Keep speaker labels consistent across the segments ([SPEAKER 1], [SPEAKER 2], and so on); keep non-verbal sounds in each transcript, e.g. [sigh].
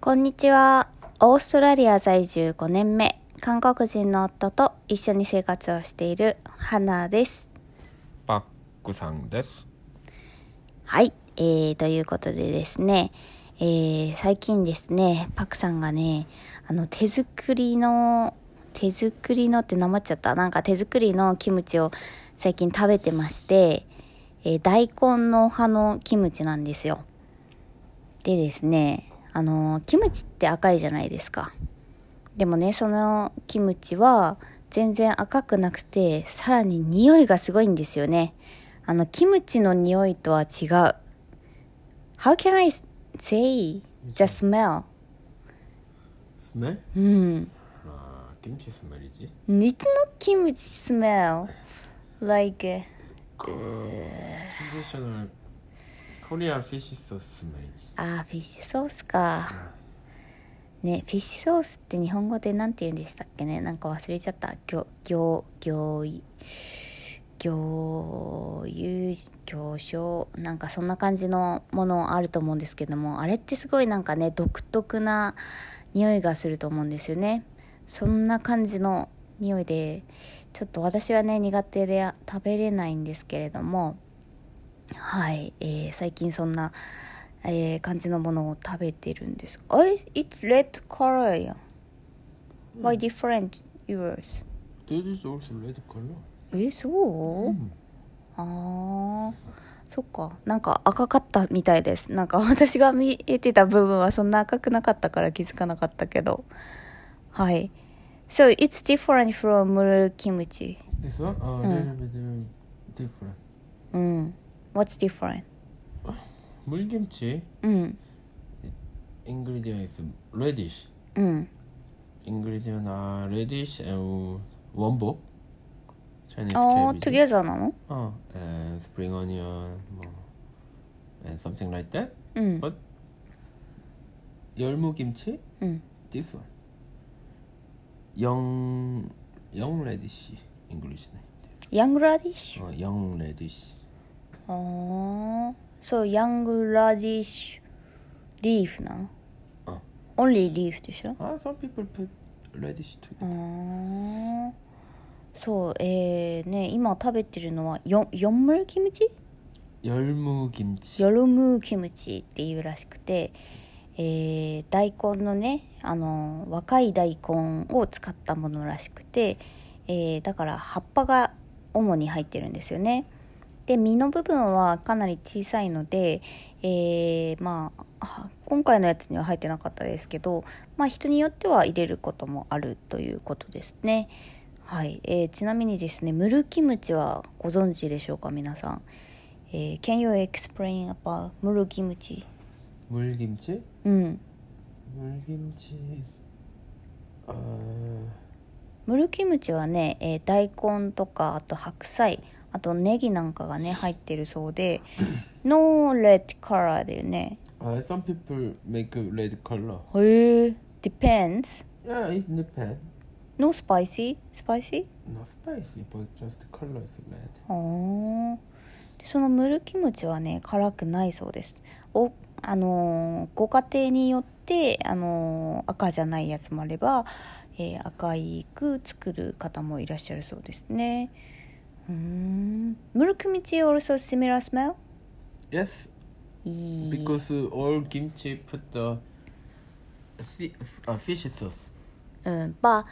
[SPEAKER 1] こんにちは。オーストラリア在住5年目、韓国人の夫と一緒に生活をしているハナです。
[SPEAKER 2] バックさんです。
[SPEAKER 1] はい、えー、ということでですね、えー、最近ですね、パクさんがね、あの、手作りの、手作りのってなまっちゃった。なんか手作りのキムチを最近食べてまして、えー大根の葉のキムチなんですよ。でですね、あの、キムチって赤いじゃないですか。でもね、そのキムチは全然赤くなくて、さらに匂いがすごいんですよね。あの、キムチの匂いとは違う。How can I say the smell?
[SPEAKER 2] 스멜?
[SPEAKER 1] うん。
[SPEAKER 2] 네? 아, 김치 스멜이지.
[SPEAKER 1] It's not キムチ smell. Like,
[SPEAKER 2] 트디셔널 코리아 피시 소스 스멜이지.
[SPEAKER 1] あー、フィッシュソースか。ね、フィッシュソースって日本語でなんて言うんでしたっけねなんか忘れちゃった。ぎょ、ぎょ、ぎょい、ぎょ、ゆ、ぎょしょうなんかそんな感じのものあると思うんですけども、あれってすごいなんかね、独特な匂いがすると思うんですよね。そんな感じの匂いで、ちょっと私はね、苦手で食べれないんですけれども、はい、えー最近そんな、えー感じのものを食べてるんです。あい It's red color やん。Why different yours?
[SPEAKER 2] This is also red color.
[SPEAKER 1] え、そう、
[SPEAKER 2] ん
[SPEAKER 1] ああ、そっか。なんか赤かったみたいです。なんか [laughs] 私が見えてた部分はそんな赤くなかったから気づかなかったけど。はい。So it's different from ムルキムチ。
[SPEAKER 2] This one? Oh,
[SPEAKER 1] 응.
[SPEAKER 2] little bit different.
[SPEAKER 1] うん。What's different?
[SPEAKER 2] 물김치
[SPEAKER 1] うん。
[SPEAKER 2] ingredient is radish.
[SPEAKER 1] うん。
[SPEAKER 2] Ingredient are radish and 아, 원복. Chinese
[SPEAKER 1] ああ、
[SPEAKER 2] cabbage.
[SPEAKER 1] together なの
[SPEAKER 2] Oh, and spring onion, 뭐, and something like that.
[SPEAKER 1] うん。
[SPEAKER 2] But 열무김치?
[SPEAKER 1] うん。
[SPEAKER 2] This one. 영, 영 레디시. English name.
[SPEAKER 1] Young radish?
[SPEAKER 2] 어, 영 레디시.
[SPEAKER 1] あーそう、ヤングラディッシュ、リーフなの
[SPEAKER 2] あ
[SPEAKER 1] オンリーリーフでしょ
[SPEAKER 2] Ah, some people put radish too.
[SPEAKER 1] あーそう、えー、ね、今食べてるのは、ヨヨンムルキムチ
[SPEAKER 2] 열무김치.
[SPEAKER 1] ヨルムーキムチっていうらしくて、えー大根のねあの若い大根を使ったものらしくて、えーだから葉っぱが主に入ってるんですよね。で実の部分はかなり小さいので、えーまああ今回のやつには入ってなかったですけど、まあ、人によっては入れることもあるということですね。はい、えーちなみにですねムルキムチはご存知でしょうか皆さん。えー Can you explain about ムルキムチ
[SPEAKER 2] 물김치?
[SPEAKER 1] うん。
[SPEAKER 2] 물김치. 아,
[SPEAKER 1] ムルキムチはね、えー大根とかあと白菜あとネギなんかがね入ってるそうで [laughs] No red color だよね
[SPEAKER 2] ah, some people make a red color.
[SPEAKER 1] へえ Depends
[SPEAKER 2] Yeah, it depends.
[SPEAKER 1] No spicy? Spicy?
[SPEAKER 2] No spicy, but just the color is red.
[SPEAKER 1] あーでそのムルキムチはね辛くないそうですおあのーご家庭によって、あのー赤じゃないやつもあれば、えー赤いく作る方もいらっしゃるそうですねうーんムルキムチ also similar smell?
[SPEAKER 2] Yes,
[SPEAKER 1] いい
[SPEAKER 2] because uh, all kimchi put the si- uh, fish sauce.
[SPEAKER 1] うん、but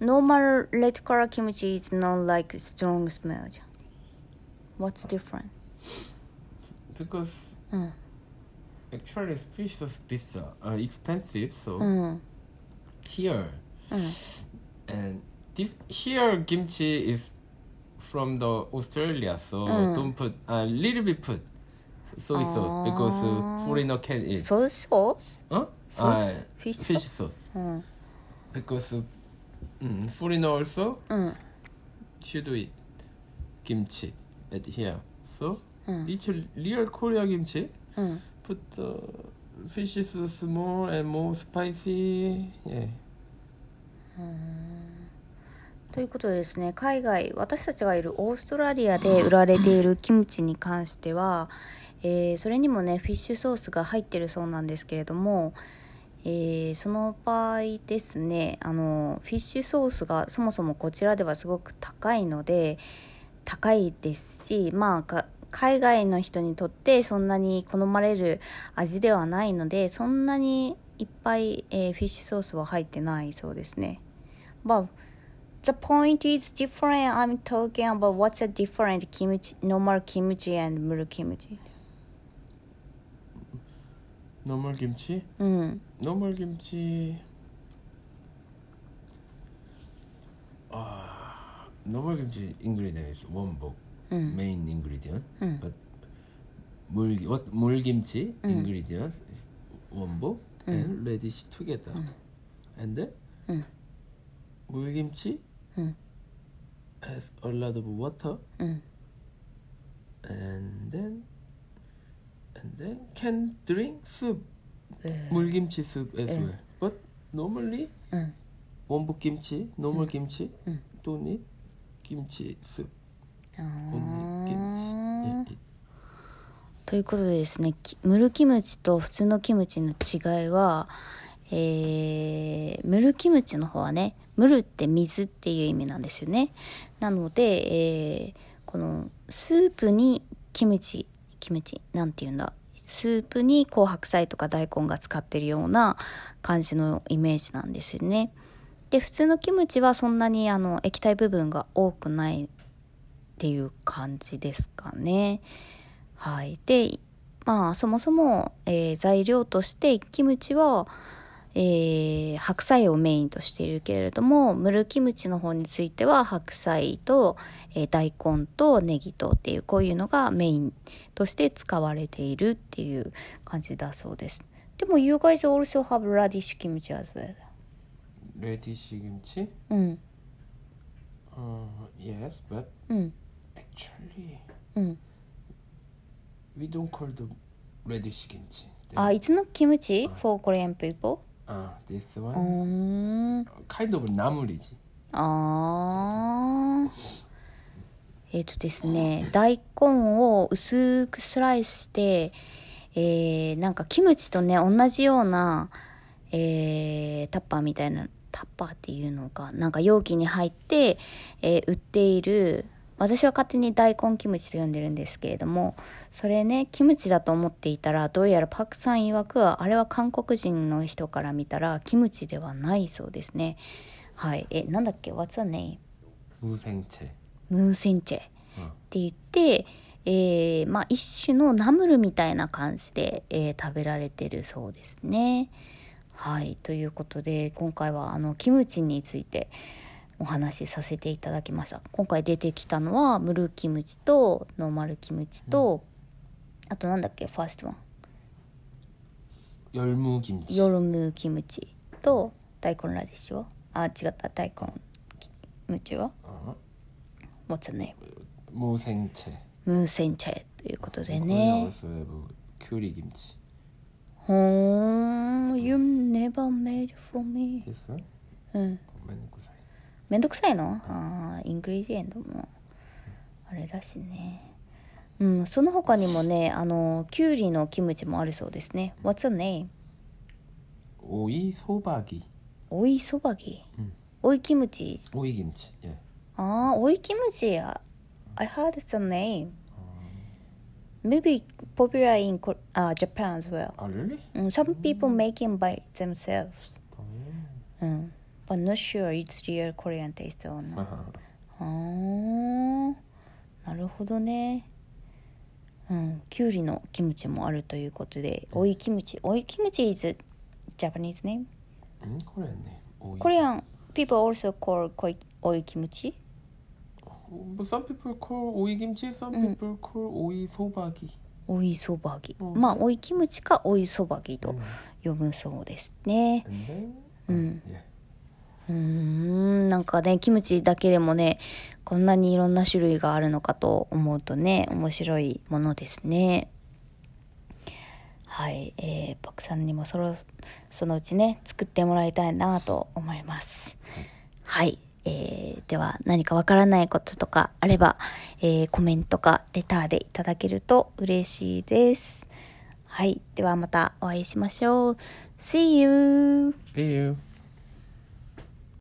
[SPEAKER 1] normal red color kimchi is not like strong smell じゃん What's different?
[SPEAKER 2] Because
[SPEAKER 1] うん
[SPEAKER 2] actually fish sauce is uh, expensive, so
[SPEAKER 1] うん
[SPEAKER 2] here
[SPEAKER 1] うん
[SPEAKER 2] and this here kimchi is from the Australia, so
[SPEAKER 1] Mm.
[SPEAKER 2] don't put a little bit put soy sauce because
[SPEAKER 1] Oh.
[SPEAKER 2] uh, foreigner can eat.
[SPEAKER 1] ソースソース
[SPEAKER 2] huh?
[SPEAKER 1] sauce?
[SPEAKER 2] Uh,
[SPEAKER 1] Fish
[SPEAKER 2] fish
[SPEAKER 1] sauce?
[SPEAKER 2] sauce
[SPEAKER 1] うん、
[SPEAKER 2] because uh, mm, foreigner also
[SPEAKER 1] うん、
[SPEAKER 2] should eat kimchi at here. So
[SPEAKER 1] うん、
[SPEAKER 2] each real Korea kimchi
[SPEAKER 1] うん。
[SPEAKER 2] put the fish sauce more and more spicy. Yeah.
[SPEAKER 1] ということでですね、海外、私たちがいるオーストラリアで売られているキムチに関しては、えーそれにもね、フィッシュソースが入ってるそうなんですけれども、ええーその場合ですねあのフィッシュソースがそもそもこちらではすごく高いので高いですしまあか海外の人にとってそんなに好まれる味ではないのでそんなにいっぱい、えーフィッシュソースは入ってないそうですね。Well, the point is different. I'm talking about what's the different kimchi, normal kimchi and muru kimchi.
[SPEAKER 2] normal kimchi
[SPEAKER 1] うん。
[SPEAKER 2] normal kimchi 아 normal kimchi ingredient is one book
[SPEAKER 1] 음.
[SPEAKER 2] main ingredient
[SPEAKER 1] 음.
[SPEAKER 2] but 물 what 물김치 ingredient is one book and radish together and then
[SPEAKER 1] 음.
[SPEAKER 2] 물김치
[SPEAKER 1] 음.
[SPEAKER 2] has a lot of water
[SPEAKER 1] うん。
[SPEAKER 2] and then and then can drink soup 물김치 soup as well but normally
[SPEAKER 1] うん。
[SPEAKER 2] 원복 김치 normal 김치
[SPEAKER 1] 음.
[SPEAKER 2] don't need 김치 soup
[SPEAKER 1] あー
[SPEAKER 2] only 김치 예, yeah,
[SPEAKER 1] ということでですねきムルキムチと普通のキムチの違いは、えー、ムルキムチの方はねムルって水っていう意味なんですよねなので、えーこのスープにキムチキムチなんて言うんだスープに紅白菜とか大根が使ってるような感じのイメージなんですよねで普通のキムチはそんなにあの液体部分が多くないっていう感じですかね。はい。で、まあ、そもそも、えー材料として、キムチは、えー白菜をメインとしているけれども、ムルキムチの方については、白菜と、えー大根とネギとっていう、こういうのがメインとして使われているっていう感じだそうです。でも、you guys also have radish kimchi as well.
[SPEAKER 2] radish 김치
[SPEAKER 1] うん、
[SPEAKER 2] uh, yes but
[SPEAKER 1] うん、
[SPEAKER 2] actually
[SPEAKER 1] うん。
[SPEAKER 2] we don't call the radish kimchi
[SPEAKER 1] あ、it's not kimchi for Korean people?
[SPEAKER 2] 아 this
[SPEAKER 1] うー
[SPEAKER 2] one
[SPEAKER 1] ん。
[SPEAKER 2] kind of 나물이지
[SPEAKER 1] あーえっ、とですね大根を薄くスライスしてえー、なんかキムチとね同じようなえー、タッパーみたいなタッパーっていうのかなんか容器に入って、えー売っている私は勝手に大根キムチと呼んでるんですけれどもそれねキムチだと思っていたらどうやらパクさん曰くあれは韓国人の人から見たらキムチではないそうですねはいえなんだっけ What's her name?
[SPEAKER 2] 무생채
[SPEAKER 1] ムーセンチェっ
[SPEAKER 2] 어.
[SPEAKER 1] て言って、えーまあ、一種のナムルみたいな感じで、えー食べられてるそうですね。はいということで今回はあのキムチについてお話しさせていただきました今回出てきたのはムルキムチとノーマルキムチと、あとなんだっけファーストワン
[SPEAKER 2] 열무김치
[SPEAKER 1] ヨルムキムチと大根ラディッシュはあ違った大根キムチは
[SPEAKER 2] 어.
[SPEAKER 1] What's the name?
[SPEAKER 2] 무생채 어,
[SPEAKER 1] ムーセンチェということで
[SPEAKER 2] Korea
[SPEAKER 1] ね
[SPEAKER 2] also have 뭐. 큐리김치
[SPEAKER 1] ほーん You never made for me
[SPEAKER 2] this one
[SPEAKER 1] うん
[SPEAKER 2] 맨 구사이
[SPEAKER 1] めんどくさいのあーイングリディエントもあれだしねうんその他にもねあのキュウリのキムチもあるそうですね What's the name?
[SPEAKER 2] 오이 소박이
[SPEAKER 1] おいそばぎ
[SPEAKER 2] うん
[SPEAKER 1] おいキムチ
[SPEAKER 2] 오이김치 예
[SPEAKER 1] ああおいキムチや I heard the name Maybe popular in Kor- uh, Japan as well
[SPEAKER 2] 아 really
[SPEAKER 1] Mm, Some people making by themselves
[SPEAKER 2] 음.
[SPEAKER 1] うん。But not sure it's real Korean taste or not.
[SPEAKER 2] 아하.
[SPEAKER 1] あーなるほどね。うん。きゅうりのキムチもあるということで、おいキムチ。おいキムチ is Japanese name.
[SPEAKER 2] 음 코레안네 오이
[SPEAKER 1] Korean people also call koi- おいキムチ
[SPEAKER 2] 뭐 some people call 오이김치 some people call 오이 소박이
[SPEAKER 1] おいそばぎ。
[SPEAKER 2] うん
[SPEAKER 1] まあ、おいキムチかおいそばぎと呼ぶそうですね。
[SPEAKER 2] and then 예
[SPEAKER 1] うーん、なんかね、キムチだけでもね、こんなにいろんな種類があるのかと思うとね、面白いものですね。はい、えー、パクさんにもそろ、そのうちね、作ってもらいたいなと思います。はい、えー、では何かわからないこととかあれば、えー、コメントかレターでいただけると嬉しいです。はい。ではまたお会いしましょう。See you!